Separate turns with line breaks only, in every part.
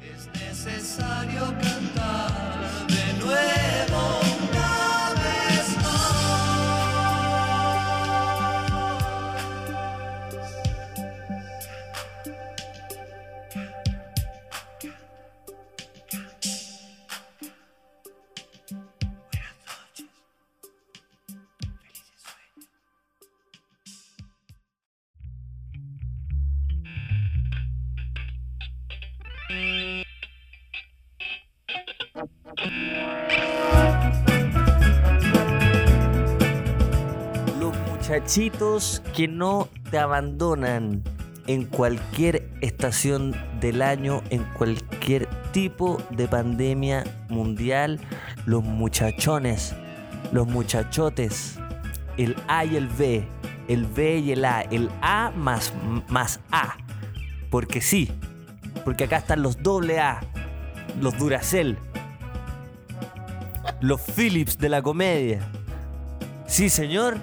Es necesario cantar de nuevo una vez más.
Los muchachitos que no te abandonan en cualquier estación del año, en cualquier tipo de pandemia mundial, los muchachones, los muchachotes, el A y el B, el B y el A, el A más, más A, porque sí, porque acá están los doble A, los Duracel, los Philips de la comedia. Sí, señor.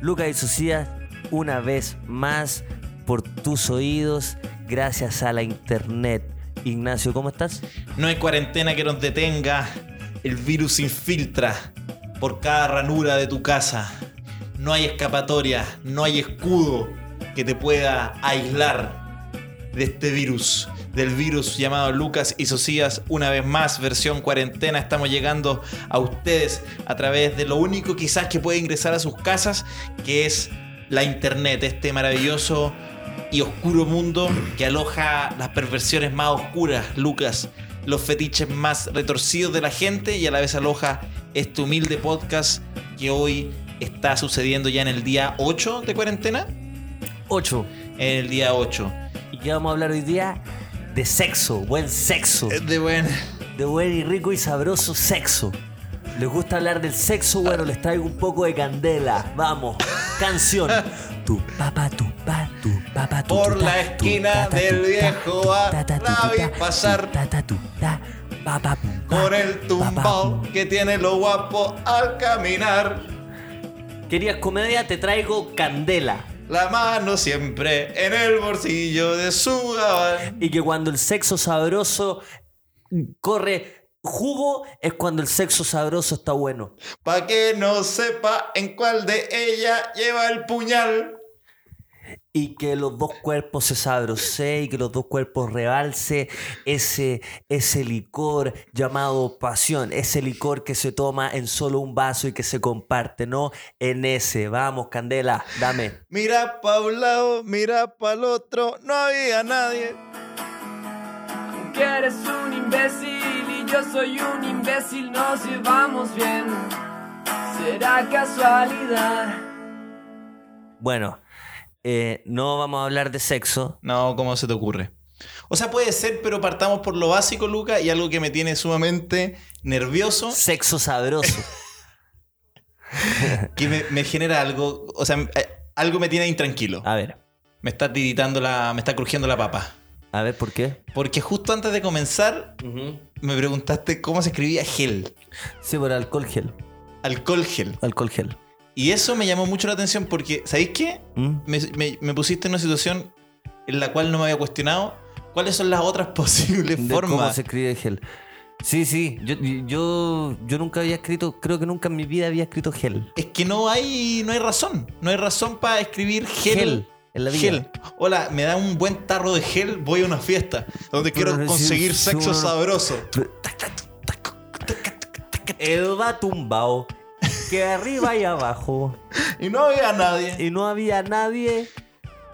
Lucas y Socias, una vez más por tus oídos, gracias a la internet. Ignacio, ¿cómo estás?
No hay cuarentena que nos detenga. El virus se infiltra por cada ranura de tu casa. No hay escapatoria, no hay escudo que te pueda aislar de este virus. Del virus llamado Lucas y Socias, una vez más, versión cuarentena. Estamos llegando a ustedes a través de lo único quizás que puede ingresar a sus casas, que es la internet, este maravilloso y oscuro mundo que aloja las perversiones más oscuras, Lucas, los fetiches más retorcidos de la gente y a la vez aloja este humilde podcast que hoy está sucediendo ya en el día 8 de cuarentena.
8.
En el día 8.
¿Y qué vamos a hablar hoy día? De sexo, buen sexo.
Eh, De buen.
De buen y rico y sabroso sexo. ¿Les gusta hablar del sexo? Bueno, les traigo un poco de candela. Vamos, canción. Tu papá, tu papá, tu papá, tu
Por
tu,
la
ta, tu,
esquina
ta, ta,
del
tu, ta,
viejo
tu, ta, ta, tu,
Arnavi
ta, tu,
pasar.
ta, ta, tu, ta, pa, pa, pum, pa,
Con el
pa, pa,
tumbao
pum.
que tiene lo guapo al caminar.
Querías comedia, te traigo candela.
La mano siempre en el bolsillo de su gabán.
Y que cuando el sexo sabroso corre jugo, es cuando el sexo sabroso está bueno.
Pa' que no sepa en cuál de ella lleva el puñal.
y que los dos cuerpos se sabroseen y que los dos cuerpos realce ese, ese licor llamado pasión, ese licor que se toma en solo un vaso y que se comparte, ¿no? En ese, vamos, Candela, dame.
Mira pa' un lado, mira pa' el otro, no había nadie.
Que eres un imbécil y yo soy un imbécil, nos llevamos bien. Será casualidad.
Bueno, eh, no vamos a hablar de sexo.
No, ¿cómo se te ocurre? O sea, puede ser, pero partamos por lo básico, Luca, y algo que me tiene sumamente nervioso,
Sexo sabroso.
que me, me genera algo, o sea, eh, algo me tiene intranquilo.
A ver,
Me está tiritando la, me está crujiendo la papa.
a ver por qué.
Porque justo antes de comenzar, me preguntaste cómo se escribía gel,
Sí, por alcohol gel.
alcohol gel.
Alcohol gel.
Y eso me llamó mucho la atención porque, ¿sabéis qué?
¿Mm?
me, me- me pusiste en una situación en la cual no me había cuestionado cuáles son las otras
de
posibles
cómo
formas.
se escribe gel. Sí, sí, yo, yo, yo nunca había escrito, creo que nunca en mi vida había escrito gel.
Es que no hay, no hay razón. No hay razón para escribir gel.
Gel, en la vida.
Gel. Hola, me da un buen tarro de gel, voy a una fiesta donde
Pero
quiero
si-
conseguir
si uno
sexo
no-
sabroso.
El va tumbao, que arriba y abajo,
Y no había nadie.
y no había nadie.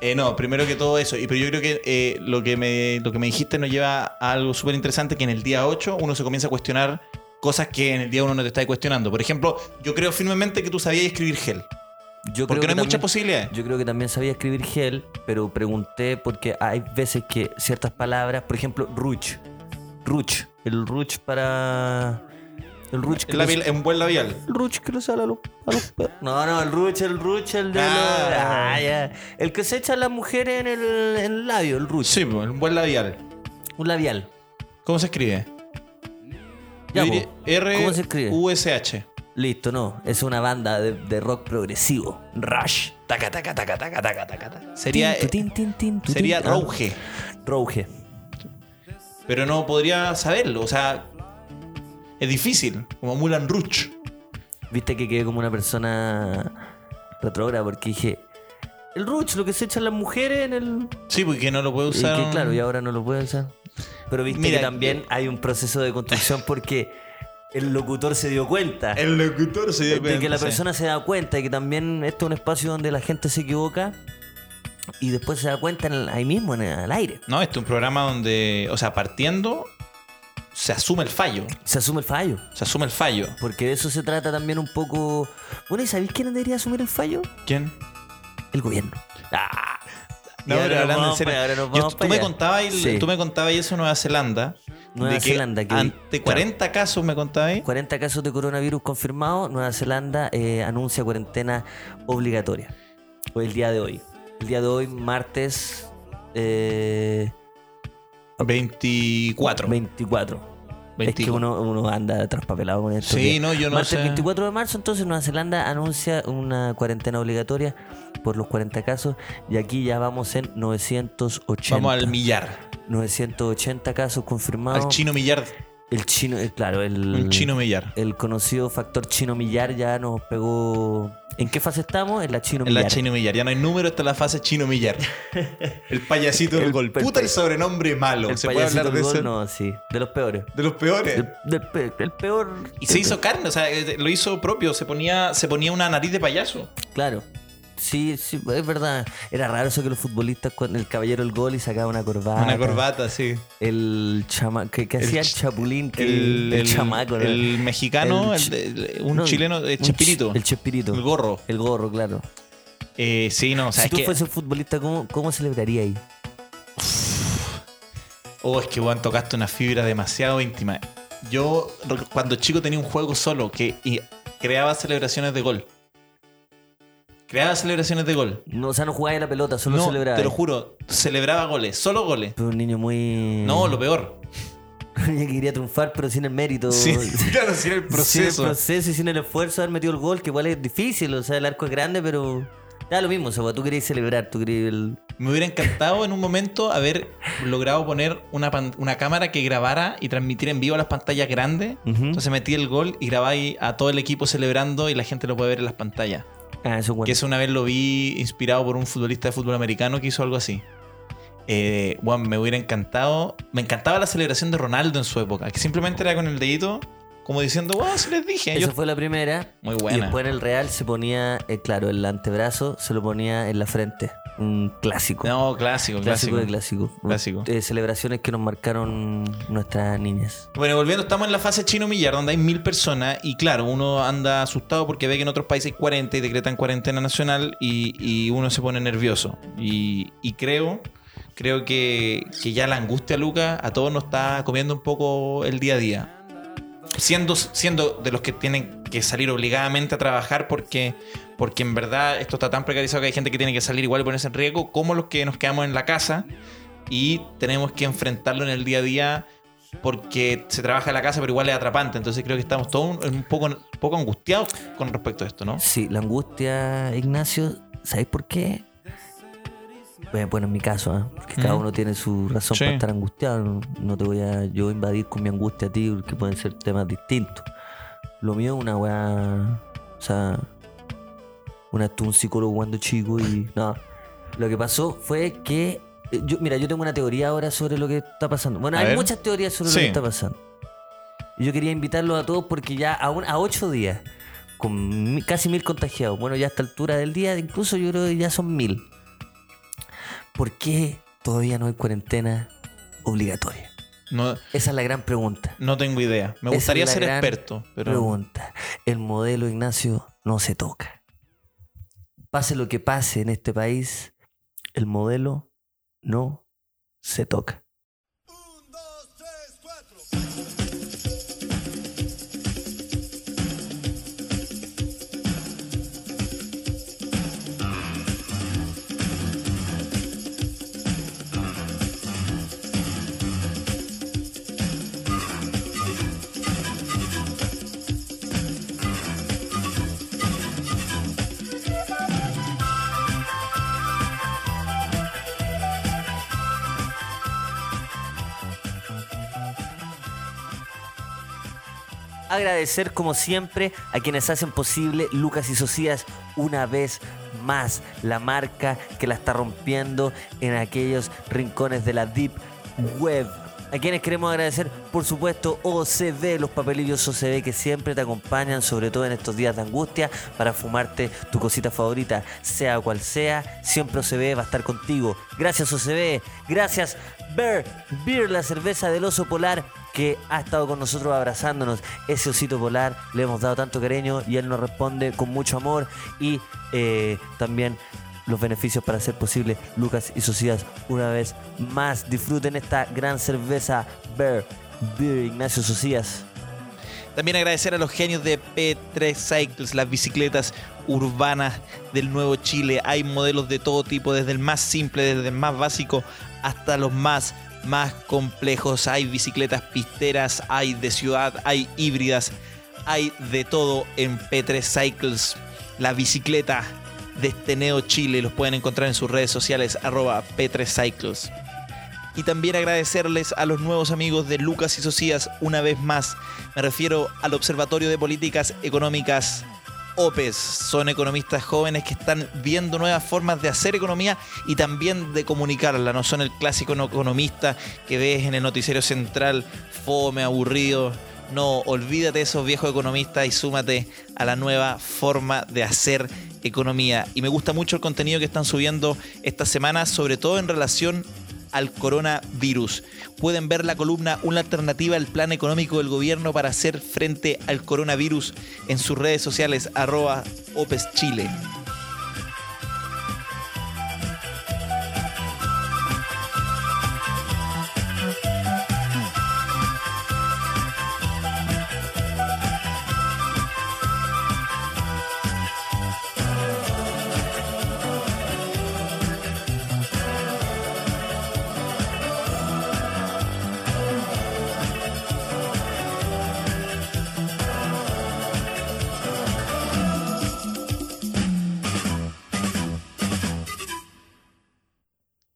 Eh, no, primero que todo eso. Y, pero yo creo que, eh, lo, que me, lo que me dijiste nos lleva a algo súper interesante, que en el día 8 uno se comienza a cuestionar cosas que en el día 1 no te está cuestionando. Por ejemplo, yo creo firmemente que tú sabías escribir gel.
Yo creo
Porque
que
no hay muchas
también-
posibilidades.
Yo creo que también sabía escribir gel, pero pregunté porque hay veces que ciertas palabras, por ejemplo, ruch. Ruch, el ruch para... El ruch que
El labial-
los-
un buen labial.
El Ruch que le sale a los, a los pe- No, no, el Ruch, el Ruch, el de los-
Ah.
Ah, ya. El que se echa a las mujeres en el, en el labio, el Ruch.
Sí, pues, un buen labial.
Un labial.
¿Cómo se escribe?
Ya,
Yo diría
po.
R
¿Cómo se escribe?
U S H.
Listo, no. Es una banda de, de rock progresivo. Rush. Taca, taca, taca, taca, taca, taca, taca.
Sería-
Ah. Tin, tu, tin, tin, tin, tu,
Sería
tin. Ah,
Rouge.
Rouge.
Pero no podría saberlo, o sea, es difícil, como Mulan Rush.
Viste que quedé como una persona retrógrada porque dije, el ruch, lo que se echan las mujeres en el...
Sí, porque no lo puede
Y
usar.
que, claro, y ahora no lo pueden usar. Pero viste
mm. Mira, eh,
que también
que-
hay un proceso de construcción porque el locutor se dio cuenta.
El locutor se dio
de
cuenta,
que la
sí.
persona se da cuenta y que también esto es un espacio donde la gente se equivoca y después se da cuenta en el- ahí mismo, en el, al aire.
No, este es un programa donde, o sea, partiendo, se asume el fallo.
Se asume el fallo.
Se asume el fallo.
Porque de eso se trata también un poco. Bueno, ¿y sabéis quién debería asumir el fallo?
¿Quién?
El gobierno. Ah,
No,
Y ahora
pero
nos
hablando en
vamos
serio.
para- ahora nos
yo-
vamos
tú,
para
me
allá.
contabas, el-
Sí.
tú me contabas y eso en Nueva Zelanda.
Nueva
de que
Zelanda, que-
Ante 40 casos me contabas.
40 casos de coronavirus confirmados. Nueva Zelanda eh, anuncia cuarentena obligatoria. O el día de hoy. El día de hoy, martes eh,
24.
24. Es que
24.
uno, uno anda traspapelado con esto.
Sí,
que
no, yo no
Martes
sé.
24 de marzo, entonces Nueva Zelanda anuncia una cuarentena obligatoria por los 40 casos. Y aquí ya vamos en 980.
Vamos al millar.
980 casos confirmados.
Al chino millar.
El chino, eh, claro, el.
Un chino millar.
El conocido factor chino millar ya nos pegó. ¿En qué fase estamos? En la chino
En la
millar.
chino millar. Ya no hay número, está la fase chino millar. El payasito del
El-
gol.
el-
Puta el sobrenombre malo.
El
se puede
payasito
hablar de
del gol,
eso.
no, sí, de los peores.
De los peores.
Del, del pe- del peor.
Y se hizo carne, o sea, eh, lo hizo propio, se ponía, se ponía una nariz de payaso.
Claro. Sí, sí, es verdad. Era raro eso que los futbolistas con el caballero el gol y sacaba una corbata.
una corbata, sí.
El chama que, que hacía el
ch-
chapulín, que
El, el-
chamaco, ¿no?
el mexicano,
El
el de- el- un
No,
chileno, el
un ch-
chespirito.
El chespirito.
El gorro.
El gorro, claro.
Eh, sí, no, o sea,
si
es
tú
que.
fueses un futbolista, ¿cómo, cómo celebraría ahí?
Oh, es que weón, tocaste una fibra demasiado íntima. Yo rec- cuando chico tenía un juego solo que y creaba celebraciones de gol. Creaba celebraciones de gol.
No, o sea, no jugaba a la pelota, solo
no,
celebraba.
te lo juro, celebraba goles, solo goles.
Pero un niño muy.
No, lo peor.
que quería triunfar, pero sin el mérito.
Sí, claro, sí era el
Sin el proceso y sin el esfuerzo de haber metido el gol, que igual es difícil. O sea, el arco es grande, pero. Da lo mismo, o sea, pues, tú querías celebrar, tú querías. el-
Me hubiera encantado en un momento haber logrado poner una, pan- una cámara que grabara y transmitiera en vivo a las pantallas grandes.
Ujú.
Entonces metí el gol y grabáis a todo el equipo celebrando y la gente lo puede ver en las pantallas.
Ah, eso es bueno.
Que eso una vez lo vi inspirado por un futbolista de fútbol americano que hizo algo así. Eh, weón, me hubiera encantado. Me encantaba la celebración de Ronaldo en su época, que simplemente era con el dedito, como diciendo, wow, si les dije.
Esa
yo-
fue la primera.
Muy
Y
buena.
después en el Real se ponía, eh, claro, el antebrazo se lo ponía en la frente. Un clásico.
No, clásico,
clásico
clásico.
de clásico.
Clásico.
Eh, celebraciones que nos marcaron nuestras niñas.
Bueno, volviendo, estamos en la fase chino millar, donde hay mil personas y claro, uno anda asustado porque ve que en otros países hay 40 y decretan cuarentena nacional y, y uno se pone nervioso. Y, y creo, creo que, que ya la angustia, Luca, a todos nos está comiendo un poco el día a día. Siendo, siendo de los que tienen que salir obligadamente a trabajar porque, porque en verdad esto está tan precarizado que hay gente que tiene que salir igual y ponerse en riesgo, como los que nos quedamos en la casa y tenemos que enfrentarlo en el día a día porque se trabaja en la casa, pero igual es atrapante. Entonces creo que estamos todos un, un poco, un poco angustiados con respecto a esto, ¿no?
Sí, la angustia, Ignacio, ¿sabéis por qué? Bueno, bueno, en mi caso, ¿ah? porque cada
Ujú.
uno tiene su razón
Sí.
para estar angustiado. No, no te voy a yo invadir con mi angustia a ti, porque pueden ser temas distintos. Lo mío es una weá. O sea, una, tuve un psicólogo cuando chico y. No. Lo que pasó fue que. eh, Yo, mira, yo tengo una teoría ahora sobre lo que está pasando. Bueno,
A
hay
ver.
muchas teorías sobre
Sí.
lo que está pasando. Y Yo quería invitarlos a todos porque ya a, un- a ocho días, con mi- casi mil contagiados, bueno, ya a esta altura del día, incluso yo creo que ya son mil. ¿Por qué todavía no hay cuarentena obligatoria?
No,
Esa es la gran pregunta.
no tengo idea. Me
Esa
gustaría
es la
ser
gran
experto, pero
Pregunta. El modelo Ignacio no se toca. Pase lo que pase en este país, el modelo no se toca.
Un, dos, tres, cuatro.
Agradecer como siempre a quienes hacen posible Lucas y Socias una vez más la marca que la está rompiendo en aquellos rincones de la deep web. A quienes queremos agradecer, por supuesto, OCB, los papelillos OCB que siempre te acompañan, sobre todo en estos días de angustia, para fumarte tu cosita favorita, sea cual sea, siempre OCB va a estar contigo. Gracias OCB, gracias Bear Beer, la cerveza del oso polar que ha estado con nosotros abrazándonos. Ese osito polar le hemos dado tanto cariño y él nos responde con mucho amor y eh, también los beneficios para hacer posible Lucas y Socias una vez más. Disfruten esta gran cerveza Bear Beer Ignacio Socias.
También agradecer a los genios de P3 Cycles, las bicicletas urbanas del nuevo Chile. Hay modelos de todo tipo, desde el más simple, desde el más básico, hasta los más, más complejos. Hay bicicletas pisteras, hay de ciudad, hay híbridas, hay de todo en P3 Cycles. La bicicleta de este Neo Chile los pueden encontrar en sus redes sociales, arroba P3 Cycles. Y también agradecerles a los nuevos amigos de Lucas y Socias una vez más. Me refiero al Observatorio de Políticas Económicas OPES. Son economistas jóvenes que están viendo nuevas formas de hacer economía y también de comunicarla. No son el clásico no economista que ves en el noticiero central, fome, aburrido. No, olvídate de esos viejos economistas y súmate a la nueva forma de hacer economía. Y me gusta mucho el contenido que están subiendo esta semana, sobre todo en relación al coronavirus. Pueden ver la columna Una alternativa al plan económico del gobierno para hacer frente al coronavirus en sus redes sociales arroba Opes Chile.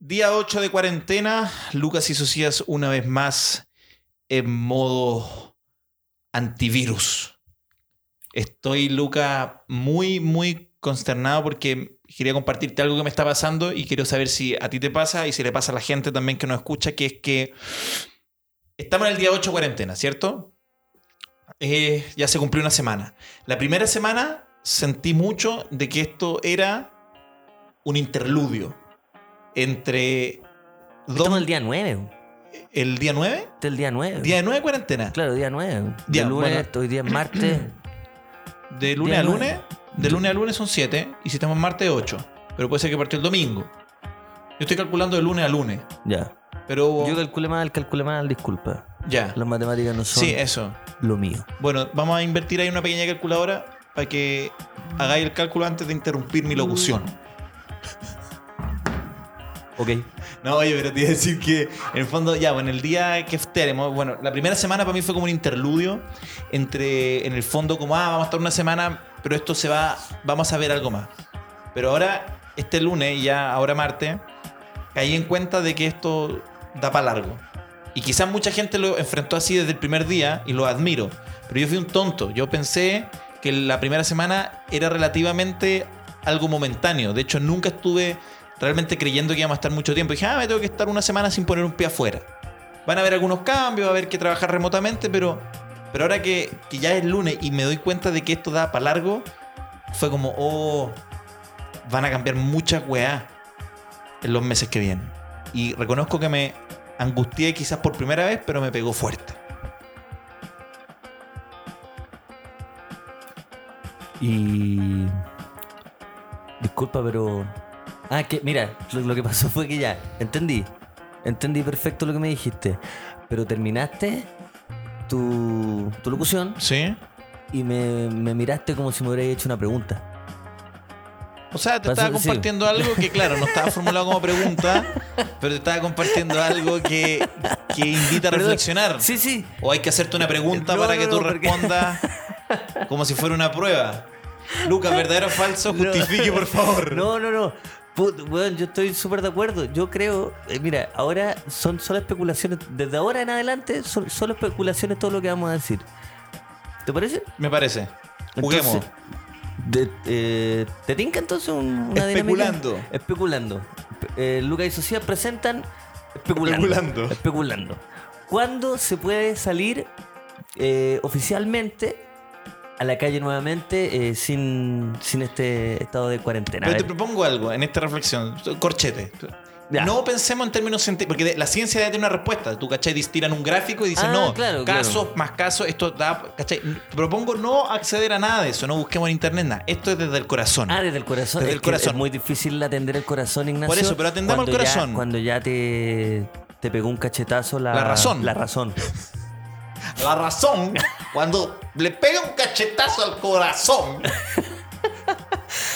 Día 8 de cuarentena, Lucas y Socias una vez más en modo antivirus. Estoy, Luca, muy, muy consternado porque quería compartirte algo que me está pasando y quiero saber si a ti te pasa y si le pasa a la gente también que nos escucha, que es que estamos en el día 8 de cuarentena, ¿cierto? Eh, ya se cumplió una semana. La primera semana sentí mucho de que esto era un interludio entre
Estamos
dos,
el día 9.
el día 9,
Este es el día 9.
día de 9 de cuarentena,
Claro, día 9.
Ya,
Día lunes,
bueno.
hoy día es martes.
de lunes
día
a
nueve.
lunes, de lunes a lunes son 7 y si estamos en martes 8, pero puede ser que partió el domingo. Yo estoy calculando de lunes a lunes,
ya.
pero hubo-
Yo calculé mal, calculé mal, disculpa.
ya.
Las matemáticas no son
Sí, eso.
lo mío.
Bueno, vamos a invertir ahí una pequeña calculadora para que hagáis el cálculo antes de interrumpir mi locución.
Ok.
No, oye, pero te iba a decir que en el fondo, ya, bueno, el día que tenemos, bueno, la primera semana para mí fue como un interludio entre, en el fondo, como, ah, vamos a estar una semana, pero esto se va, vamos a ver algo más. Pero ahora, este lunes, ya ahora martes, caí en cuenta de que esto da para largo. Y quizás mucha gente lo enfrentó así desde el primer día y lo admiro. Pero yo fui un tonto. Yo pensé que la primera semana era relativamente algo momentáneo. De hecho, nunca estuve realmente creyendo que íbamos a estar mucho tiempo. Dije, ah, me tengo que estar una semana sin poner un pie afuera. Van a haber algunos cambios, va a haber que trabajar remotamente, pero, pero ahora que, que ya es lunes y me doy cuenta de que esto da para largo, fue como, oh, van a cambiar muchas weas en los meses que vienen. Y reconozco que me angustié quizás por primera vez, pero me pegó fuerte.
Y. Disculpa, pero. Ah, que mira, lo, lo que pasó fue que ya, entendí. Entendí perfecto lo que me dijiste. Pero terminaste tu, tu locución
¿Sí?
y me, me miraste como si me hubieras hecho una pregunta.
O sea, te
Pasa-
estaba
sí.
compartiendo algo que, claro, no estaba formulado como pregunta, pero te estaba compartiendo algo que, que invita a
Perdón.
reflexionar.
Sí, sí.
O hay que hacerte una pregunta
No,
para
no,
que tú
no, porque-
respondas como si fuera una prueba. Lucas, ¿verdadero o falso?
No.
Justifique, por favor.
No, no, no. Put- weón, yo estoy súper de acuerdo. Yo creo, eh, mira, ahora son solo especulaciones. Desde ahora en adelante son solo especulaciones todo lo que vamos a decir. ¿Te parece?
Me parece. Juguemos.
Entonces, de- eh, ¿Te tinca entonces un- una dinámica?
Especulando.
Especulando. Eh, Lucas y Sociedad presentan especulando.
Especulando.
Especulando. ¿Cuándo se puede salir eh, oficialmente a la calle nuevamente eh, sin, sin este estado de cuarentena? A
Pero te
ver,
propongo algo en esta reflexión. Corchete.
Ya.
No pensemos en términos científicos, porque de- la ciencia debe tener una respuesta. Tú, ¿cachai? Dis- Tiran un gráfico y dicen,
Ah,
no,
claro,
casos más casos, esto da, ¿cachai? Te propongo no acceder a nada de eso, no busquemos en internet nada. Esto es desde el corazón.
Ah, desde el corazón.
Desde
es
el
que
corazón.
Es muy difícil atender el corazón, Ignacio.
Por eso, pero atendamos el
cuando ya-
corazón.
cuando ya te, te pegó un cachetazo la,
La razón.
La razón.
La razón, cuando le pega un cachetazo al corazón.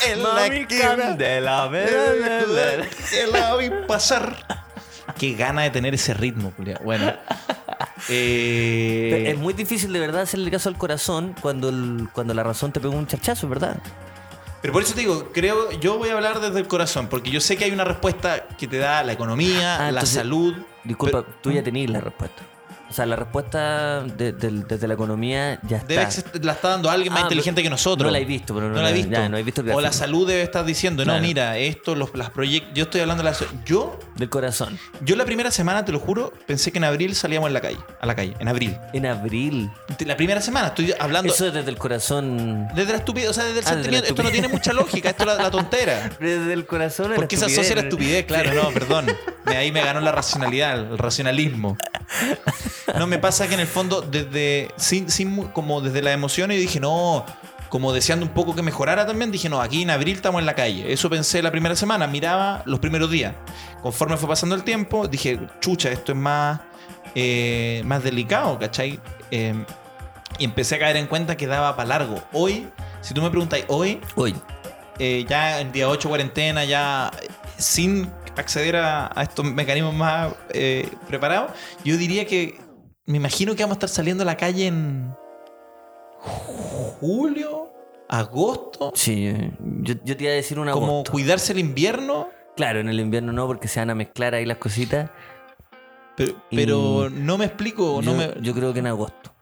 en la
Mami
esquina.
Candela, bla, bla, bla.
Se la vi pasar. Qué gana de tener ese ritmo, Julia. Bueno.
Pe-
Eh,
Es muy difícil de verdad hacerle caso al corazón cuando, el- cuando la razón te pega un chachazo, ¿verdad?
pero por eso te digo, creo, yo voy a hablar desde el corazón, porque yo sé que hay una respuesta que te da la economía,
Ah,
la
entonces-
salud.
Disculpa,
Pero mm.
tú ya tenías la respuesta. O sea, la respuesta de- del- desde la economía ya está.
debe exist- la está dando alguien más
Ah,
inteligente
pero
que nosotros.
no la he visto, pero no
la
la-
he visto.
ya, no he visto el
o la
gráfico.
salud debe estar diciendo, no,
Claro.
mira, esto, los, las proyectos. Yo estoy hablando de la. Yo
Del corazón.
Yo la primera semana, te lo juro, pensé que en abril salíamos en la calle, a la calle, en abril.
En abril.
La primera semana, estoy hablando
Eso es desde el corazón.
desde la estupidez, o sea, desde el
Ah, desde la
sentimiento, esto no
estupidez.
tiene mucha lógica, esto es la, la tontera.
Desde el corazón a la
Porque se asocia a la estupidez, eh. claro, no, perdón. De ahí me ganó la racionalidad, el racionalismo. No, me pasa que en el fondo, desde, sin, sin mu- como desde las emociones, dije, no, como deseando un poco que mejorara también, dije, no, aquí en abril estamos en la calle. Eso pensé la primera semana, miraba los primeros días. Conforme fue pasando el tiempo, dije, chucha, esto es más, eh, más delicado, ¿cachai? Eh, y empecé a caer en cuenta que daba para largo. Hoy, si tú me preguntáis, hoy
Hoy.
eh, ya en día 8 cuarentena, ya eh, sin acceder a, a estos mecanismos más eh, preparados, yo diría que me imagino que vamos a estar saliendo a la calle en julio, agosto,
Sí, eh, yo, yo te iba a decir una
como
agosto.
cuidarse el invierno,
Claro, en el invierno no, porque se van a mezclar ahí las cositas.
pero,
Y-
pero no me explico,
Yo,
no me...
yo creo que en agosto.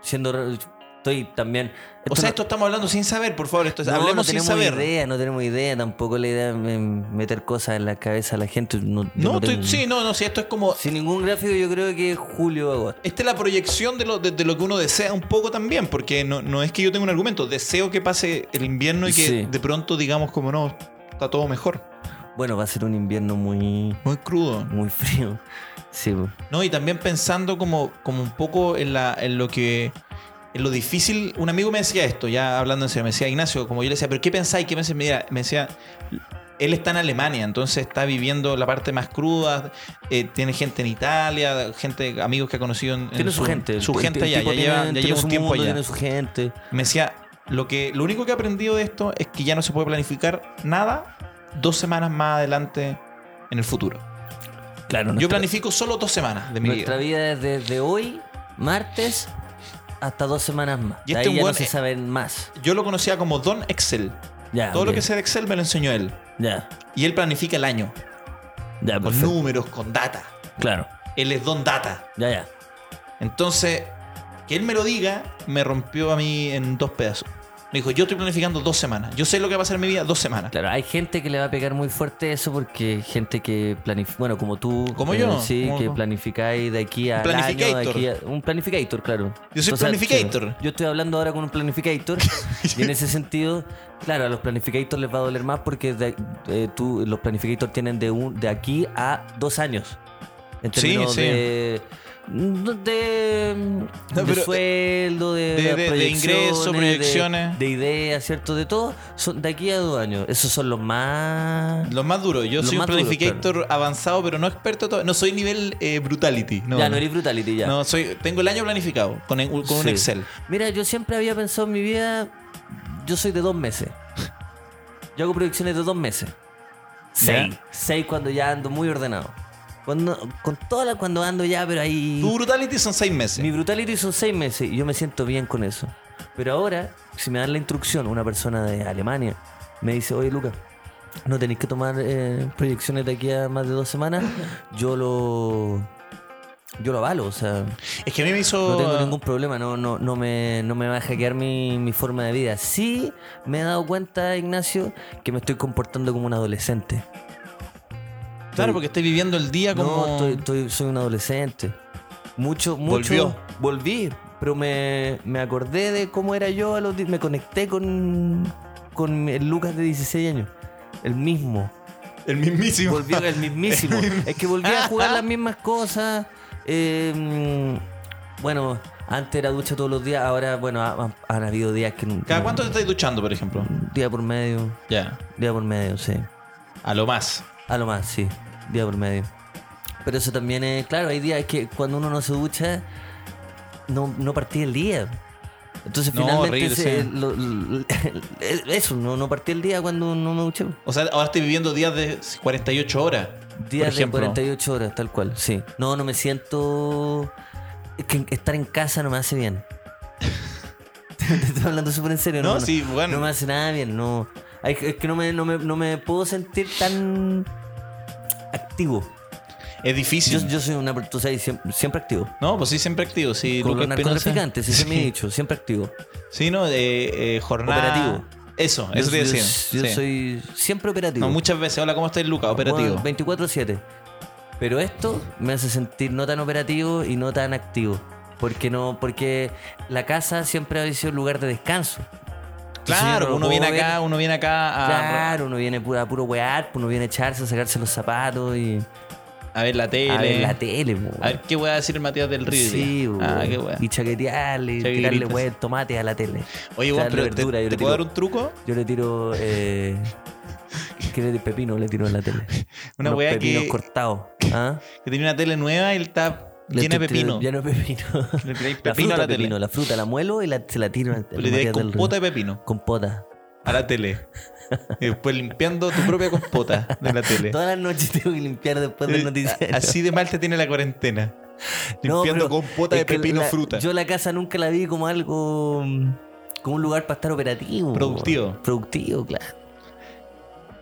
Siendo. re- Estoy también.
o sea,
no-
esto estamos hablando sin saber, por favor, esto es-
No,
hablemos
no
sin
tenemos
saber.
idea, no tenemos idea. Tampoco la idea es mm, meter cosas en la cabeza a la gente. No, yo
No,
no
estoy-
tengo-
sí, no, no, sí, esto es como...
Sin ningún gráfico, yo creo que es julio o agosto.
Esta es la proyección de lo, de, de lo que uno desea un poco también, porque no, no es que yo tenga un argumento, deseo que pase el invierno y que
Sí.
de pronto digamos como no, está todo mejor.
Bueno, va a ser un invierno muy,
Muy crudo.
muy frío. Sí, po.
No, y también pensando como, como un poco en, la, en lo que... En lo difícil, un amigo me decía esto, ya hablando en serio, me decía Ignacio, como yo le decía, pero ¿qué pensáis? ¿Qué pensáis? Mira, me decía, él está en Alemania, entonces está viviendo la parte más cruda, eh, tiene gente en Italia, gente, amigos que ha conocido en... en
Tiene su, gente.
Su
El- el
gente allá,
tipo
ya
tiene-
lleva, ya
tiene
lleva
su
un tiempo
mundo,
allá.
Tiene su gente.
Me decía, lo, que, lo único que he aprendido de esto es que ya no se puede planificar nada dos semanas más adelante en el futuro.
Claro,
Yo
nuestra-
planifico solo dos semanas de mi
Nuestra
vida.
vida es desde hoy, martes, hasta dos semanas más.
Y
De
este
ahí ya
weón
no se
es-
saben más.
Yo lo conocía como Don Excel.
Ya,
Todo lo
Ah, ok.
que sé de Excel me lo enseñó él.
Ya,
Y él planifica el año.
ya,
Con
perfecto.
números, con data.
Claro,
Él es Don Data.
ya, ya.
Entonces, que él me lo diga, me rompió a mí en dos pedazos. Me dijo, yo estoy planificando dos semanas. Yo sé lo que va a pasar en mi vida dos semanas.
Claro, hay gente que le va a pegar muy fuerte eso porque gente que planifica, bueno, como tú, eh,
Como yo,
sí,
como-
que planificáis de aquí a
Planificator.
un planificator, claro.
Yo soy planificator.
claro, yo estoy hablando ahora con un planificator y en ese sentido, claro, a los planificators les va a doler más porque de- eh, tú, los planificators tienen de un, de aquí a dos años. En
Sí,
términos
sí.
de de, de
pero- eh,
sueldo, de,
de- de- de ingreso,
de-
proyecciones.
de, ideas, ¿cierto? De todo, son de aquí a dos años. Esos son los más.
Lo más duro, yo
Lo
soy un
más duro,
planificator avanzado, pero no experto todavía. No soy nivel eh, brutality. No,
ya, no eres brutality, ya.
No, soy, tengo el año planificado con, el- con un
Sí.
Excel.
Mira, yo siempre había pensado en mi vida. Yo soy de dos meses. Yo hago proyecciones de dos meses. Seis. Seis cuando ya ando muy ordenado. Cuando, con toda la cuando ando ya, pero ahí.
Tu brutality son seis meses.
Mi brutality son seis meses y yo me siento bien con eso. Pero ahora, si me dan la instrucción, una persona de Alemania me dice, oye Lucas, no tenéis que tomar eh, proyecciones de aquí a más de dos semanas, yo lo, Yo lo avalo, o sea,
Es que a mí me hizo.
no tengo ningún problema, no, no, no, me, no me va a hackear mi, mi forma de vida. Sí me he dado cuenta, Ignacio, que me estoy comportando como un adolescente.
Claro, porque estoy viviendo el día como.
No, estoy, estoy- soy un adolescente. Mucho, mucho.
Volvió.
Volví, pero me, me acordé de cómo era yo a los. di- Me conecté con, con el Lucas de 16 años. El mismo.
El mismísimo.
Volvió el mismísimo. es que volví a jugar las mismas cosas. eh, mm, bueno, antes era ducha todos los días, ahora, bueno, ha- han, han habido días que. no-
¿Cada cuánto te estáis duchando, por ejemplo?
Día por medio,
Ya.
día por medio, sí.
A lo más.
A lo más, sí. Día por medio. Pero eso también es. Claro, hay días que cuando uno no se ducha, no, no partí el día. Entonces,
No,
finalmente,
horrible,
se-
sí.
lo- lo- eso, no, no partí el día cuando no me duché.
O sea, ahora estoy viviendo días de 48 horas. por
Días de
ejemplo.
48 horas, tal cual, sí. No, no me siento. Es que estar en casa no me hace bien. Te estoy hablando súper en serio,
No,
hermano.
sí, bueno.
No me hace nada bien, no. Ay, Es que no me, no me, no me puedo sentir tan activo.
Es difícil.
Yo, yo soy una persona, tú sabes, siempre, siempre activo.
No, pues sí, siempre activo. Sí,
Con los
Lucas Espinosa.
narcotraficantes, ese es mi dicho, siempre activo.
Sí, no, eh, eh, jornada.
Operativo.
Eso, Ah, eso te
yo,
iba a decir.
yo- yo
Sí.
soy siempre operativo.
No, muchas veces, hola, ¿cómo estás, Lucas? Operativo.
Bueno, 24-7. Pero esto me hace sentir no tan operativo y no tan activo. Porque no, porque la casa siempre ha sido un lugar de descanso. Entonces yo no
Claro,
lo
uno
puedo
viene
ver.
acá, uno viene acá a,
Claro, uno viene pu- a puro wear, uno viene a echarse, a sacarse los zapatos y
a ver la tele.
a ver la tele. po,
A ver qué voy a decir el Matías del Río.
Sí, po,
Ah, qué weá.
y chaquetearle, y
Chaquetearle,
tirarle
pues.
weá de tomate a la tele.
Oye,
O sea,
weón, pero
la verdura,
¿te,
yo
te
le
puedo dar
tiro-
un truco?
Yo le tiro. Eh, ¿Qué le pepino le tiro en la tele?
Una
Unos
weá
pepinos
que,
cortados. ¿ah?
que tenía una tele nueva y él está
Le
llena de
estoy tirando-
pepino.
Lleno de pepino.
Le tiráis
La
pepino
fruta,
a la
pepino,
tele.
la fruta, la muelo y la, se la tiro. al- al
Le tiráis
Matías del
compota
Río.
de pepino
Compota.
a la tele. y después limpiando tu propia compota de la tele.
Todas las noches tengo que limpiar después del
Eh,
noticiero.
a- Así de mal te tiene la cuarentena.
No,
Limpiando
pero
compota
es
de
que
pepino
la-
fruta.
Yo la casa nunca la vi como algo. mm, como un lugar para estar operativo.
Productivo.
Productivo, claro.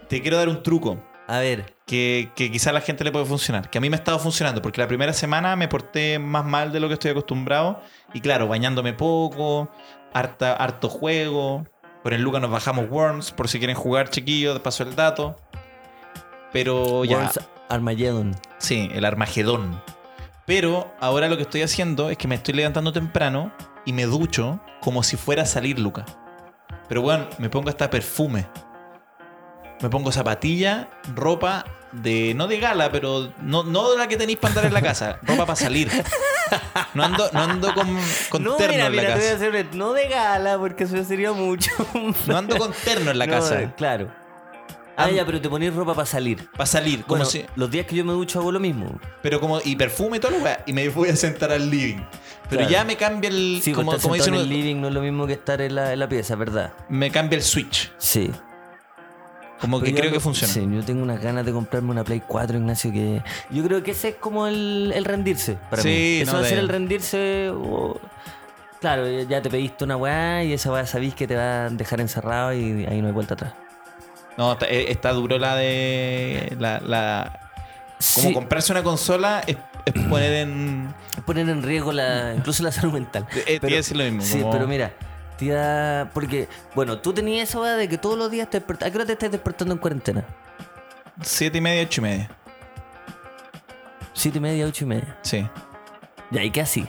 Te quiero dar un truco
A ver,
que, que quizá a la gente le puede funcionar. Que a mí me ha estado funcionando porque la primera semana me porté más mal de lo que estoy acostumbrado. Y claro, bañándome poco, harta, harto juego. Con el Luca nos bajamos Worms por si quieren jugar, chiquillos. De paso el dato. Pero Oh, ya.
Worms Armageddon.
Sí, el Armagedón. Pero ahora lo que estoy haciendo es que me estoy levantando temprano y me ducho como si fuera a salir, Luca. Pero bueno, me pongo hasta perfume. Me pongo zapatilla, ropa de. no de gala, pero no, no de la que tenéis para andar en la casa. ropa para salir. No ando, no ando con, con
no,
terno
mira,
en la
mira, te voy a
casa.
hacer- no de gala, porque eso sería mucho.
No ando con terno en la
No, eh,
casa.
Claro. Ah, ya, pero te ponés ropa para salir.
Para salir. Como
Bueno,
si-
los días que yo me ducho hago lo mismo.
pero como. Y perfume y todo lo weá, Y me voy a sentar al living. Pero
Claro.
ya me cambia el.
Sí, pues,
como,
como,
como dicen
en el
uno-
living no es lo mismo que estar en la, en la pieza, ¿verdad?
me cambia el switch.
Sí.
Como que
Pero yo
creo
lo-
que funciona.
Sí, yo tengo unas ganas de comprarme una Play 4, Ignacio, que yo creo que ese es como el, el rendirse para
Sí,
mí. Eso
no,
va a
de-
ser el rendirse... o- Claro, ya te pediste una weá y esa weá sabís que te va a dejar encerrado y ahí no hay vuelta atrás.
No, está, eh, está duro la de. La, la- como
Sí.
comprarse una consola es, es poner en.
poner en riesgo la, incluso la salud mental.
Eh, te iba a decir lo mismo,
Sí,
como-
pero mira, te iba- porque, bueno, tú tenías esa hora de que todos los días te despertas. ¿A qué hora te estás despertando en cuarentena?
Siete y media, ocho y media.
Siete y media, ocho y media.
Sí.
Ya, ¿y qué así?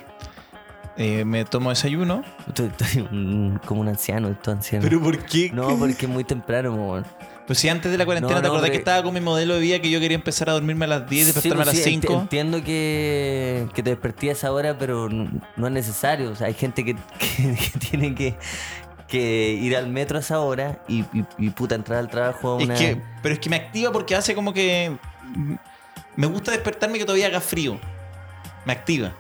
Eh, me tomo desayuno.
Estoy, estoy un- como un anciano, estoy anciano.
por qué?
No, porque es muy temprano, mo, weón.
Pues si antes de la cuarentena
No,
te
no,
acordás
pero-
que estaba con mi modelo de vida que yo quería empezar a dormirme a las 10 y despertarme
Sí,
a las
pues sí, enti-
5.
Entiendo que, que te despertí a esa hora, pero n- no es necesario. O sea, hay gente que, que- que tiene que, que ir al metro a esa hora y, y- y, puta entrar al trabajo a una.
Es que, pero es que me activa porque hace como que. Me gusta despertarme y que todavía haga frío. Me activa.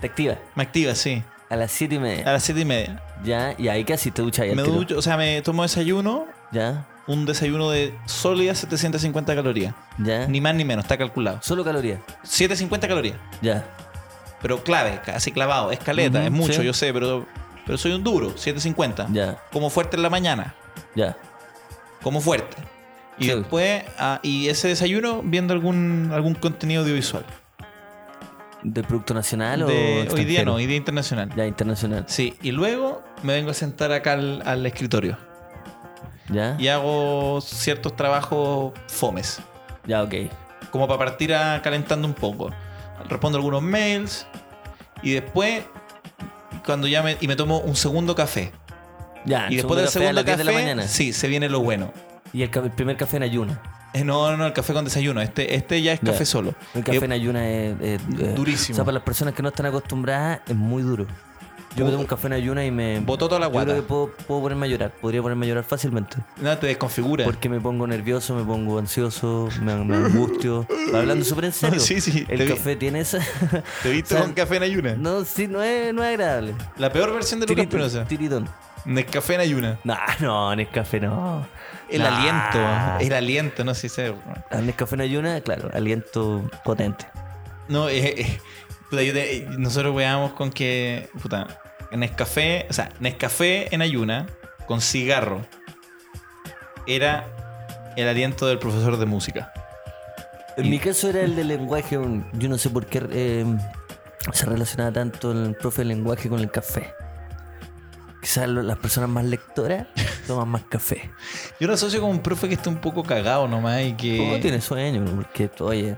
Te activa.
Me activa, sí.
A las siete y
A
media.
las siete y media.
Ya, y Eh. ahí casi te duchas. y al
Me
tiro.
ducho, o sea, me tomo desayuno,
Ya,
un desayuno de sólidas 750 calorías.
ya.
Ni más ni menos, está calculado.
Solo calorías.
750 calorías.
Ya.
Pero clave, así clavado. Escaleta,
Ujú,
es mucho,
sí.
yo sé, pero, pero soy un duro. 750.
Ya.
Como fuerte en la mañana.
Ya.
Como fuerte. Y
Sí.
después, ah, y ese desayuno viendo algún, algún contenido audiovisual.
¿Del Producto Nacional o
De- hoy día
extranjero?
no, hoy día internacional.
Ya, internacional.
Sí, y luego me vengo a sentar acá al, al escritorio
¿Ya?
y hago ciertos trabajos fomes,
Ya, ok.
como para partir a calentando un poco. Respondo algunos mails y después, cuando ya me, y me tomo un segundo café.
Ya,
y
Ah, el
después del
café a
segundo
las 10
café,
de la mañana.
sí, se viene lo bueno.
Y el, ca- el primer café en ayuna.
Eh, No, no, el café con desayuno. Este, este ya es
Ya.
café solo.
El café
Eh,
en ayuna es, es- es-
Durísimo.
O sea, para las personas que no están acostumbradas, es muy duro. Yo me tomo un café en ayuna y me.
Botó toda la
Yo creo
guata.
que puedo, puedo ponerme a llorar. Podría ponerme a llorar fácilmente.
no, te desconfigura.
Porque me pongo nervioso, me pongo ansioso, me, me angustio. Hablando súper en serio.
sí, sí, te
El
vi.
café tiene esa.
Te viste
o sea,
con café en ayuna.
no, sí, no es, no es agradable.
La peor versión de Lucas Penosa.
Tiritón. tiritón.
Nescafé en ayuna.
No, no, en el café no.
El
Nah.
aliento. El aliento, no sé si se...
En el Ah, café en ayuna, claro, aliento potente.
No, eh, eh, puta, yo te- eh, nosotros weábamos con que. Puta, Nescafé, o sea, Nescafé en ayuna con cigarro era el aliento del profesor de música.
En mi caso era el de lenguaje. un- Yo no sé por qué eh, se relacionaba tanto el profe de lenguaje con el café. Quizás lo- las personas más lectoras toman más café.
Yo lo asocio con un profe que está un poco cagado nomás y
¿Cómo
que.
tiene sueño? Porque, oye,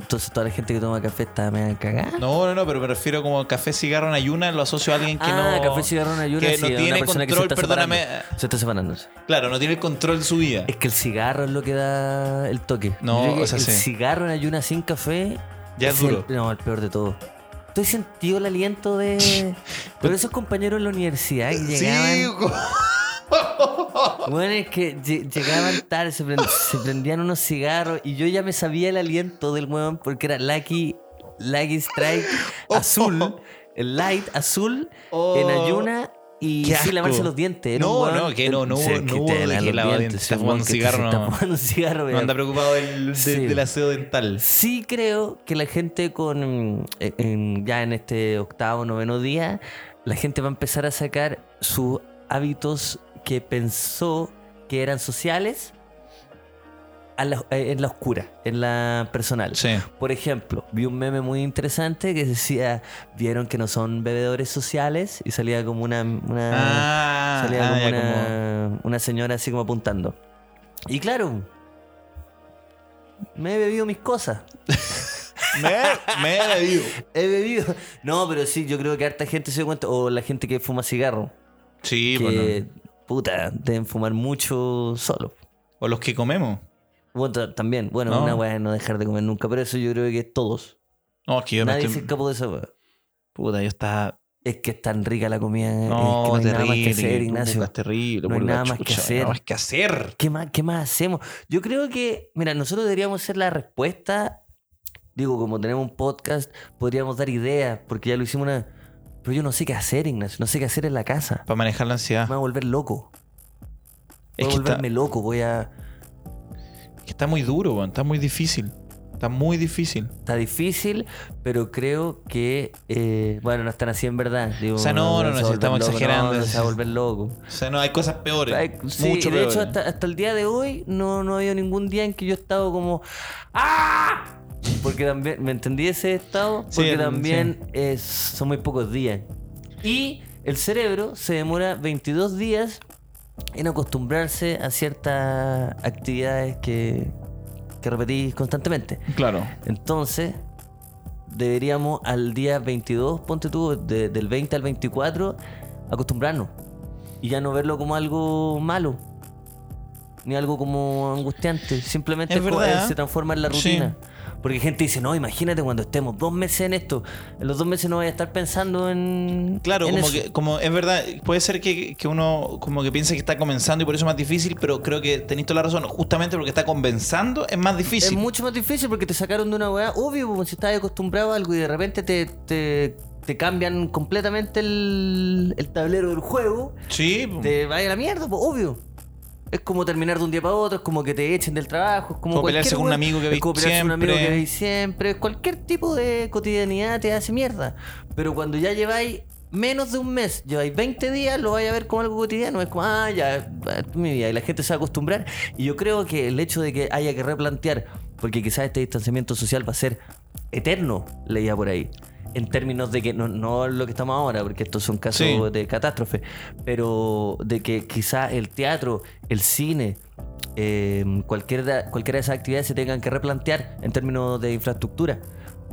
entonces toda la gente que toma café está media cagada.
No, no, no, pero me refiero como café cigarro en ayuna, lo asocio a alguien que
ah,
no.
café cigarro en ayunas
que
sí,
no
es una
tiene
persona que
control,
se está
perdóname.
separando. Se está separándose.
Claro, no tiene el control de su vida.
Es que el cigarro es lo que da el toque.
No,
Yo creo que
o sea,
el
sí.
cigarro en ayunas sin café.
Ya es duro.
el- no, el peor de todo. ¿Tú has sentido el aliento de. Pero esos compañeros en la universidad que llegaban. Bueno, es que lle- llegaban tarde, se, prend- se prendían unos cigarros y yo ya me sabía el aliento del weón porque era Lucky, Lucky Strike azul, el light azul,
Oh.
en ayuna y
Qué
sin lavarse
asco.
los dientes. Era
No,
un weón-
no, que no, no
Sí,
hubo-
es
no
te
hubo de
lavan
que
los
lava dientes,
dientes,
está
sí,
fumando
weón,
un
que te-
cigarro,
se está
no.
fumando un cigarro,
No
weón.
anda preocupado del, del-
Sí.
del aseo dental.
Sí creo que la gente con mm, en- en- ya en este octavo, noveno día, la gente va a empezar a sacar sus hábitos que pensó que eran sociales a la- eh, en la oscura, en la personal.
Sí.
Por ejemplo, vi un meme muy interesante que decía, vieron que no son bebedores sociales y salía como una... una
Ah,
salía
ah,
como
ya, como-
una, una señora así como apuntando. Y claro, me he bebido mis cosas.
Me, me he bebido.
He bebido. No, pero sí, yo creo que harta gente se da cuenta. O la gente que fuma cigarro.
Sí,
que,
pues no.
puta, deben fumar mucho solo.
O los que comemos.
Bueno, ta- también, bueno,
No.
una weá es no dejar de comer nunca, pero eso yo creo que todos.
No, es que yo
Nadie
me
se
estoy...
escapó de esa weá.
Puta, yo estaba...
Es que es tan rica la comida. es que
No,
no hay
terrible.
nada más que hacer, Ignacio.
puta, es terrible.
No hay
por la
nada más que
chucha, no hay
hacer.
Nada más que hacer.
¿Qué más, ¿Qué más hacemos? Yo creo que, mira, nosotros deberíamos ser la respuesta. Digo, como tenemos un podcast, podríamos dar ideas, porque ya lo hicimos una. Pero yo no sé qué hacer, Ignacio. No sé qué hacer en la casa.
Para manejar la ansiedad.
Me va a volver loco. Voy
Es
a
que está,
volverme loco, voy a.
que está muy duro, weón. Está muy difícil. Está muy difícil.
Está difícil, pero creo que. eh, bueno, no están así en verdad. Digo,
O sea, no, no, no,
se va
si
a
estamos
volver loco,
exagerando.
No, no se va a volver loco.
O sea, no, hay cosas peores.
Ay, sí,
mucho
de
peores.
hecho, hasta, hasta el día de hoy no, no ha habido ningún día en que yo he estado como. ¡Ah! Porque también. ¿Me entendí ese estado?
Sí,
Porque
el-
también es- son muy pocos días. Y el cerebro se demora 22 días en acostumbrarse a ciertas actividades que, que repetís constantemente.
Claro.
Entonces, deberíamos al día 22, ponte tú, de- del 20 al 24, acostumbrarnos. Y ya no verlo como algo malo. Ni algo como angustiante. Simplemente
Es
es como-
verdad.
eh, se transforma en la
Sí.
rutina. Porque gente dice, no, imagínate cuando estemos dos meses en esto. En los dos meses no voy a estar pensando en...
Claro,
en
como
eso".
que, como es verdad, puede ser que, que uno como que piense que está comenzando y por eso es más difícil, pero creo que tenéis toda la razón, justamente porque está comenzando es más
Es
difícil.
mucho más difícil porque te sacaron de una weá. Obvio, pues, si estás acostumbrado a algo y de repente te, te, te cambian completamente el, el tablero del juego.
Sí, po.
te vaya a la mierda, pues, obvio. Es como terminar de un día para otro, es como que te echen del trabajo, es como,
Como
cualquier
pelearse con un
wea-
amigo que
es
veis
como pelearse con un amigo que
siempre.
veis siempre, cualquier tipo de cotidianidad te hace mierda. Pero cuando ya lleváis menos de un mes, lleváis 20 días, lo vais a ver como algo cotidiano, es como, ah, ya, eh, mi vida, y la gente se va a acostumbrar. Y yo creo que el hecho de que haya que replantear, porque quizás este distanciamiento social va a ser eterno, leía por ahí. En términos de que no, no lo que estamos ahora, porque estos son casos
Sí.
de catástrofe, pero de que quizás el teatro, el cine, eh, cualquier da- cualquiera de esas actividades se tengan que replantear en términos de infraestructura.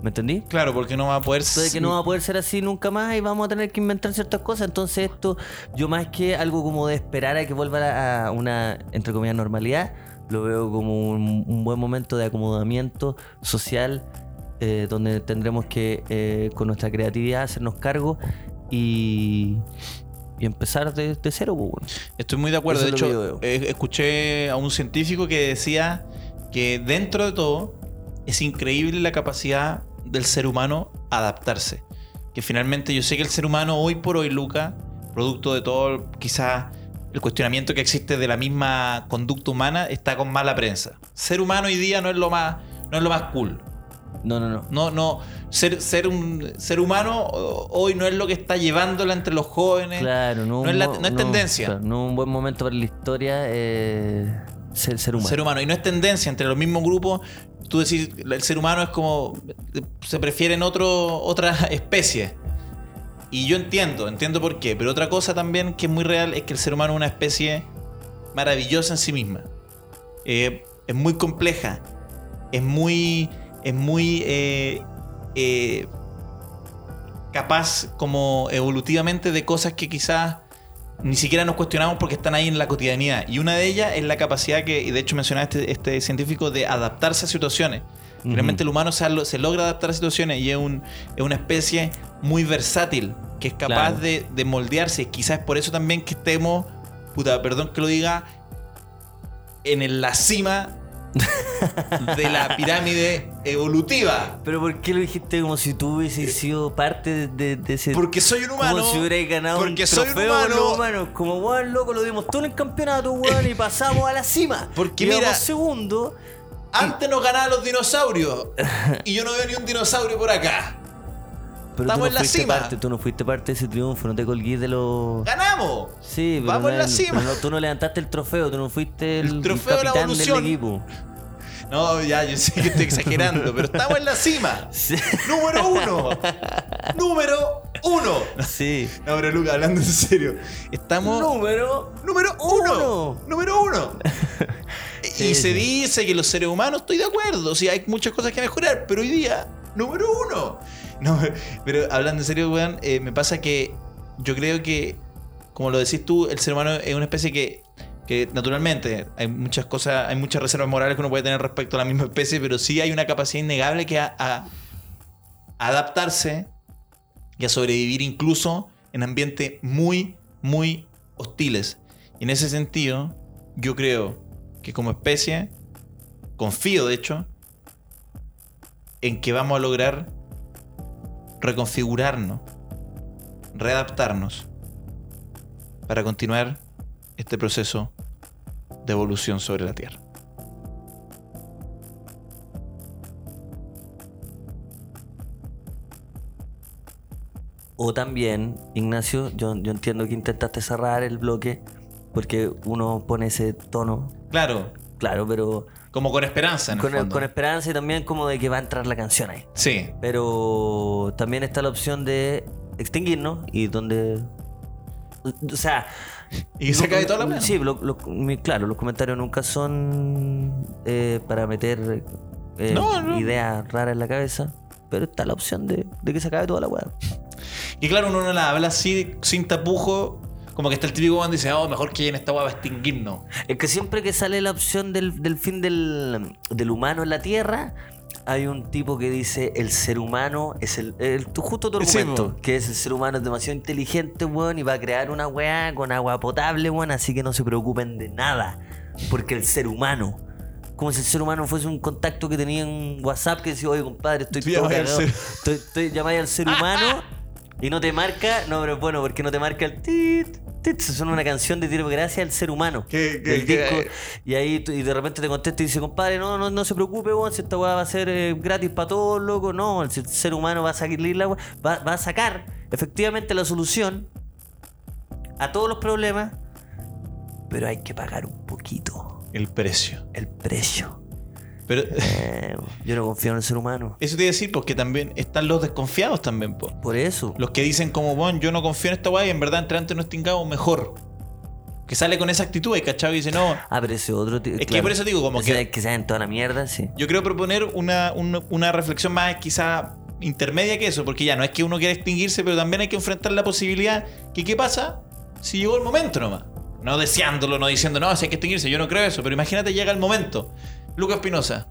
¿Me entendí?
Claro, porque no va a poder.
Entonces que no va a poder ser así nunca más y vamos a tener que inventar ciertas cosas. Entonces esto, yo más que algo como de esperar a que vuelva a una, entre comillas, normalidad, lo veo como un, un buen momento de acomodamiento social eh, donde tendremos que eh, con nuestra creatividad hacernos cargo y, y empezar de, de cero. pues, bueno.
Estoy muy de acuerdo.
Eso
de
es lo
hecho,
que
eh, escuché a un científico que decía que dentro de todo es increíble la capacidad del ser humano a adaptarse. Que finalmente yo sé que el ser humano hoy por hoy, Luca, producto de todo quizás el cuestionamiento que existe de la misma conducta humana, está con mala prensa. Ser humano hoy día no es lo más, no es lo más cool.
No, no, no.
No, no, ser, ser un ser humano o- hoy no es lo que está llevándola entre los jóvenes.
Claro, no,
no es la-
un
no es tendencia.
claro, no un buen momento para la historia eh, ser, ser humano.
ser humano. Y no es tendencia entre los mismos grupos. Tú decís, el ser humano es como. Se prefieren otro, otras especies. Y yo entiendo, entiendo por qué. Pero otra cosa también que es muy real es que el ser humano es una especie maravillosa en sí misma. Eh, es muy compleja. Es muy. Es muy. eh, eh, capaz como evolutivamente de cosas que quizás ni siquiera nos cuestionamos porque están ahí en la cotidianidad. Y una de ellas es la capacidad que, y de hecho mencionaba este, este científico, de adaptarse a situaciones. Realmente el humano se, se logra adaptar a situaciones y es, un, es una especie muy versátil, que es capaz
Claro.
de, de moldearse. Quizás por eso también que estemos, puta, perdón que lo diga, en el- la cima de la pirámide evolutiva.
Pero ¿por qué lo dijiste como si tú hubieses sido parte de, de ese...
Porque soy un Eh, humano.
Como si hubierais ganado
porque
un
soy
trofeo
un
por
humano.
los humanos. Como, weón, loco, lo dimos todo en el campeonato, weón, y pasamos a la cima.
Porque
Íbamos
mira-
segundo.
Antes nos ganaban los dinosaurios. Y yo no veo ni un dinosaurio por acá.
Pero
Estamos
tú no
en la
fuiste
cima.
Parte, tú no fuiste parte de ese triunfo, no te colguís de los...
¡Ganamos!
Sí, pero,
Vamos
no-
en la cima.
pero no- tú no levantaste el trofeo, tú no fuiste el,
El trofeo de la
capitán del
evolución.
equipo.
No, ya, yo sé que estoy exagerando, pero estamos en la cima.
Sí.
Número uno. Número uno.
sí.
No, pero Luca, hablando en serio. Estamos.
Número...
Número uno.
Uno.
Número uno. Y
Sí,
se
sí.
dice que los seres humanos, estoy de acuerdo, o sea, hay muchas cosas que mejorar, pero hoy día, número uno. No, pero hablando en serio, weón, eh, me pasa que yo creo que, como lo decís tú, el ser humano es una especie que, que naturalmente hay muchas cosas, hay muchas reservas morales que uno puede tener respecto a la misma especie, pero sí hay una capacidad innegable que a- a adaptarse y a sobrevivir incluso en ambientes muy, muy hostiles. Y en ese sentido, yo creo que como especie, confío de hecho, en que vamos a lograr reconfigurarnos, readaptarnos, para continuar este proceso de evolución sobre la Tierra.
O también, Ignacio, yo, yo entiendo que intentaste cerrar el bloque porque uno pone ese tono,
Claro,
claro, pero
como con esperanza. En el
con,
fondo.
con esperanza y también como de que va a entrar la canción ahí.
sí,
Pero también está la opción de extinguirnos y donde... O sea...
y que se acabe toda la plena.
Sí, lo- lo- mi- claro, los comentarios nunca son eh, para meter eh,
No, no.
ideas raras en la cabeza. Pero está la opción de, de que se acabe toda la weá.
Y claro, uno no la habla así, sin tapujo. Como que está el típico cuando dice, oh, mejor que en esta hueá va a extinguirnos.
Es que siempre que sale la opción del, del fin del, del humano en la Tierra, hay un tipo que dice el ser humano es el... el- tu- justo tu
Sí,
argumento,
po.
que es el ser humano es demasiado inteligente, weón, y va a crear una weá con agua potable, weón, así que no se preocupen de nada, porque el ser humano... Como si el ser humano fuese un contacto que tenía en WhatsApp que decía, oye compadre, estoy
Tú
todo
llamáis al
cagado.
ser-
Estoy, estoy- llamáis al ser humano y no te marca. No, pero es bueno, porque no te marca el tit, tit. Se suena una canción de tiro gracias al ser humano.
¿Qué- qué-
del
qué-
disco. Y ahí tú- y de repente te contesta y dice, compadre, no, no, no se preocupe, weón, si esta weá va a ser eh, gratis para todos, loco. No, el ser- ser humano va a sacar la weá, va, va a sacar efectivamente la solución a todos los problemas, pero hay que pagar un poquito
El precio.
el precio.
Pero
Eh, yo no confío en el ser humano.
eso te iba a decir, porque también están los desconfiados también, po.
Por eso.
Los que dicen como, bueno, yo no confío en esta weá y en verdad entre antes no estingamos mejor. Que sale con esa actitud y cachado y dice, no,
Ah, pero ese otro. tío-
Es que por eso digo, como
Ese
que-
es que se en toda la mierda, sí.
Yo creo proponer una, un- una reflexión más quizá intermedia que eso, porque ya no es que uno quiera extinguirse, pero también hay que enfrentar la posibilidad que qué pasa si llegó el momento nomás. No deseándolo, no diciendo, no, si hay que extinguirse, yo no creo eso, pero imagínate llega el momento. Lucas Pinoza,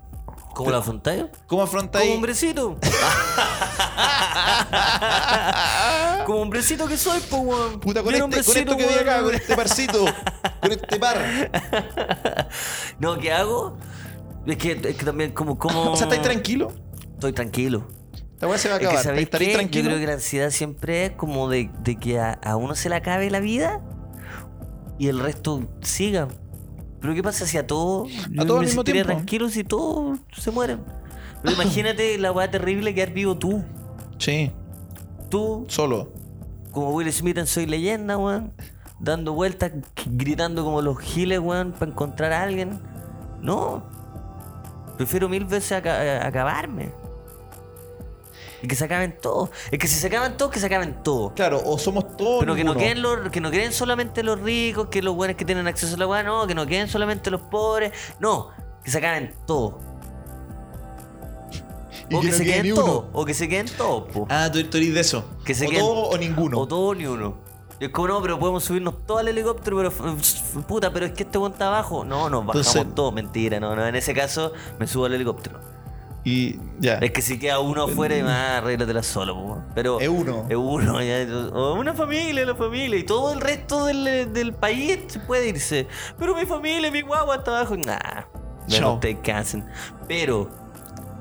¿Cómo lo afrontáis?
¿cómo afronta
Como
ahí?
hombrecito. Como hombrecito que soy, pues, weón.
Puta, con,
Yo era
este,
hombrecito,
con esto que vi acá,
weón.
con este parcito, con este par.
No, ¿qué hago? Es que, es que también, como. como...
O sea, ¿estáis tranquilo?
Estoy tranquilo.
Esta weá se va a
Es que,
acabar.
¿sabéis
¿Estaréis
qué? Yo
tranquilo?
creo que la ansiedad siempre es como de, de que a, a uno se le acabe la vida y el resto siga. Pero ¿qué pasa si a todos yo
todos al
me
mismo
sentiría
tiempo.
tranquilo si todos se mueren? Pero imagínate la weá terrible que quedar vivo tú.
Sí,
Tú,
solo.
como Will Smith en Soy Leyenda, weón. Dando vueltas, gritando como los giles, weón, para encontrar a alguien. No. Prefiero mil veces aca- eh, acabarme. Y que se acaben todos. Es que si se acaban todos, que se acaben todos.
Claro, o somos todos.
Pero que no,
ninguno.
queden los, que no queden solamente los ricos, que los buenos que tienen acceso a la weá, no, que no queden solamente los pobres. No, que se acaben todos.
Y
O que,
no
se
quede ni
queden
uno.
todos. O que se queden todos, po.
Ah, tú, tú eres de eso.
Que se
o
queden-
todo o ninguno.
O todo ni uno. Y es como, no, pero podemos subirnos todo al helicóptero, pero f- f- puta, pero es que este guante está abajo. No, nos bajamos
Entonces-
todos, mentira, no, no. En ese caso, me subo al helicóptero.
Y ya.
Es que si queda uno afuera, y más arréglatela solo, po. pues, Pero.
Es uno.
Es uno, ya. O una familia, la familia. Y todo el resto del, del país se puede irse. Pero mi familia, mi guagua está abajo. Nah.
Chao.
No te cansen. Pero.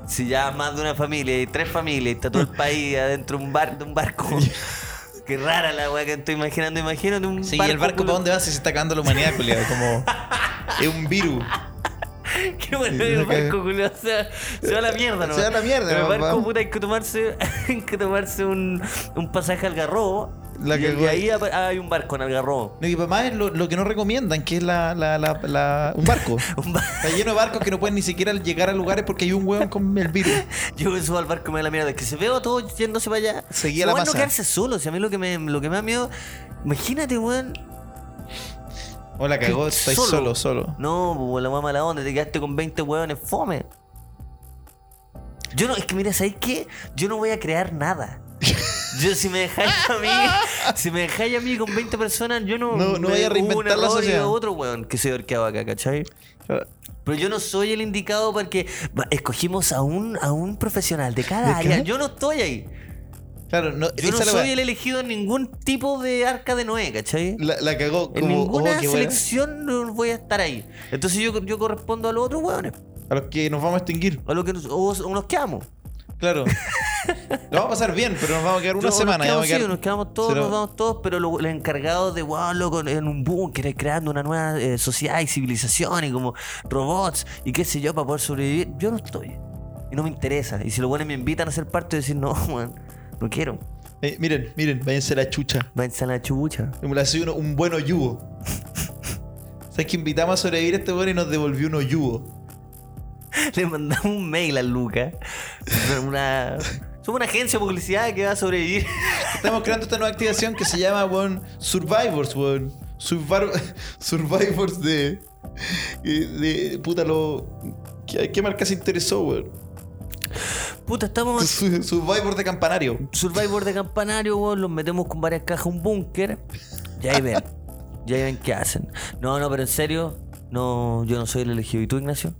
Si ya más de una familia y tres familias y está todo el país adentro de un bar, de un barco. Qué rara la weá que estoy imaginando. Imagínate un
sí,
barco.
¿y el barco
culo-
para dónde va si se está acabando la humanidad, culiao? Como. Es un virus.
Qué bueno
Sí,
el
acá-
barco, culiao, o sea, se va a la mierda, ¿no?
Se va a la mierda,
Pero el
nomás,
barco,
vamos.
puta, hay que tomarse, hay que tomarse un, un pasaje al garrobo.
La
y
que-
de ahí ap- hay un barco en el garrobo.
No, y papá es lo, lo que no recomiendan, que es la, la, la, la- un barco.
Un ba-
Está lleno de barcos que no pueden ni siquiera llegar a lugares porque hay un hueón con el virus.
Yo me subo al barco y me da la mierda. Es que se veo todo yéndose para allá.
Seguí a
Si,
la
weón, no
masa.
quedarse solo. Si a mí lo que me, lo que me da miedo. Imagínate, weón.
Hola, cagó, estáis solo, solo.
No, pues la mamá la onda, te quedaste con 20 huevones fome. Yo no, es que mira, ¿sabes qué? Yo no voy a crear nada. Yo si me dejáis a mí, si me dejáis a mí con 20 personas, yo no,
No- no
me-
vaya a
hubo
reinventar
un
la
error y
sociedad.
otro hueón que soy ahorqueado acá, ¿cachai? Pero yo no soy el indicado porque va, escogimos a un, a un profesional de cada
¿De
área.
qué?
Yo no estoy ahí.
Claro, no,
Yo no
esa es la,
soy el elegido en ningún tipo de arca de Noé, ¿cachai?
la, la cagó.
En
Como,
ninguna
oh, qué bueno.
selección no voy a estar ahí. Entonces yo, yo correspondo a los otros hueones,
A los que nos vamos a extinguir.
a los que nos, o, o nos quedamos.
Claro. Lo vamos a pasar bien, pero nos vamos a quedar una
Yo- o
semana.
Nos
ya
quedamos,
vamos a quedar-
sí, nos quedamos todos,
Pero-
nos vamos todos, pero lo- los encargados de, wow, loco, en un búnker, creando una nueva eh, sociedad y civilización y como robots y qué sé yo para poder sobrevivir, yo no estoy. Y no me interesa. Y si los buenos me invitan a ser parte, yo decir, no, weón, no quiero.
Eh, miren, miren, váyanse a la chucha.
Váyanse a la chubucha.
Me la soy un, un buen oyugo. ¿Sabes que invitamos a sobrevivir a este bueno y nos devolvió un oyugo?
Le mandamos un mail a Luca. Una, somos una agencia de publicidad que va a sobrevivir.
Estamos creando esta nueva activación que se llama, weón, Survivors, weón. Survar- survivors de, de, de- Puta, lo. ¿Qué, qué marca se interesó, weón?
Puta, estamos
Su- Survivors de Campanario.
Survivor de campanario, weón, los metemos con varias cajas a un búnker. Y ahí ven. y ahí ven qué hacen. No, no, pero en serio, no, yo no soy el elegido. ¿Y tú, Ignacio?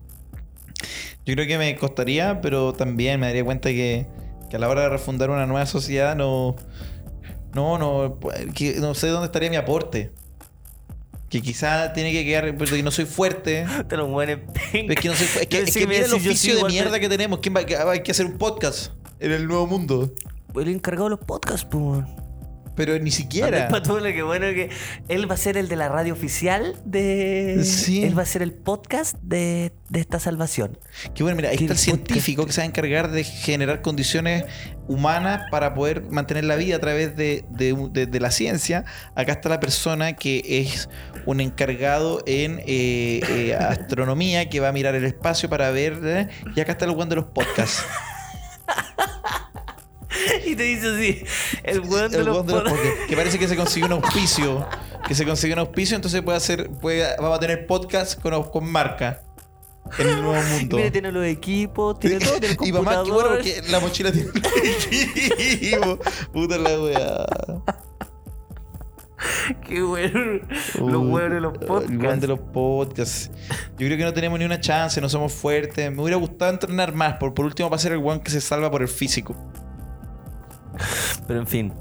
Yo creo que me costaría, pero también me daría cuenta que, que a la hora de refundar una nueva sociedad no. No, no. que no sé dónde estaría mi aporte. Que quizá tiene que quedar. Porque no soy fuerte.
Te lo mueven
Es que no sé, es que, es
Sí,
que
me
mira el
decís, yo
oficio
sí,
de
igual,
mierda que tenemos. ¿Quién va, que- hay que hacer un podcast en el nuevo mundo.
El encargado de los podcasts, pues, weón.
pero ni siquiera.
Andrés Patulo, qué bueno que él va a ser el de la radio oficial de.
Sí.
Él va a ser el podcast de, de esta salvación.
Que bueno, mira, ahí
Qué
está el científico que se va a encargar de generar condiciones humanas para poder mantener la vida a través de, de un- de- de la ciencia. Acá está la persona que es un encargado en eh, eh, astronomía que va a mirar el espacio para ver. eh, y acá está el weón de los podcasts.
Y te dice así: el weón de
El
los
weón de los
pod-
podcasts. Que parece que se consiguió un auspicio. Que se consiguió un auspicio, entonces puede hacer, puede, vamos a tener podcast con, con marca en el nuevo mundo.
Mira, tiene los equipos, tiene todo, tiene el
y mamá,
computador.
qué bueno porque la mochila tiene un equipo. Puta la weá.
Qué bueno. Los huevos de los
Puta, El weón de
podcasts.
los podcasts. Yo creo que no tenemos ni una chance, no somos fuertes. Me hubiera gustado entrenar más, por, por último para ser el weón que se salva por el físico.
Pero en fin,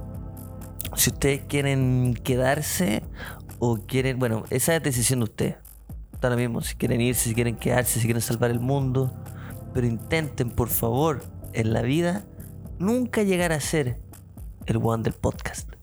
si ustedes quieren quedarse o quieren. Bueno, esa es decisión de ustedes. Está lo mismo, si quieren irse, si quieren quedarse, si quieren salvar el mundo. Pero intenten, por favor, en la vida, nunca llegar a ser el one del podcast.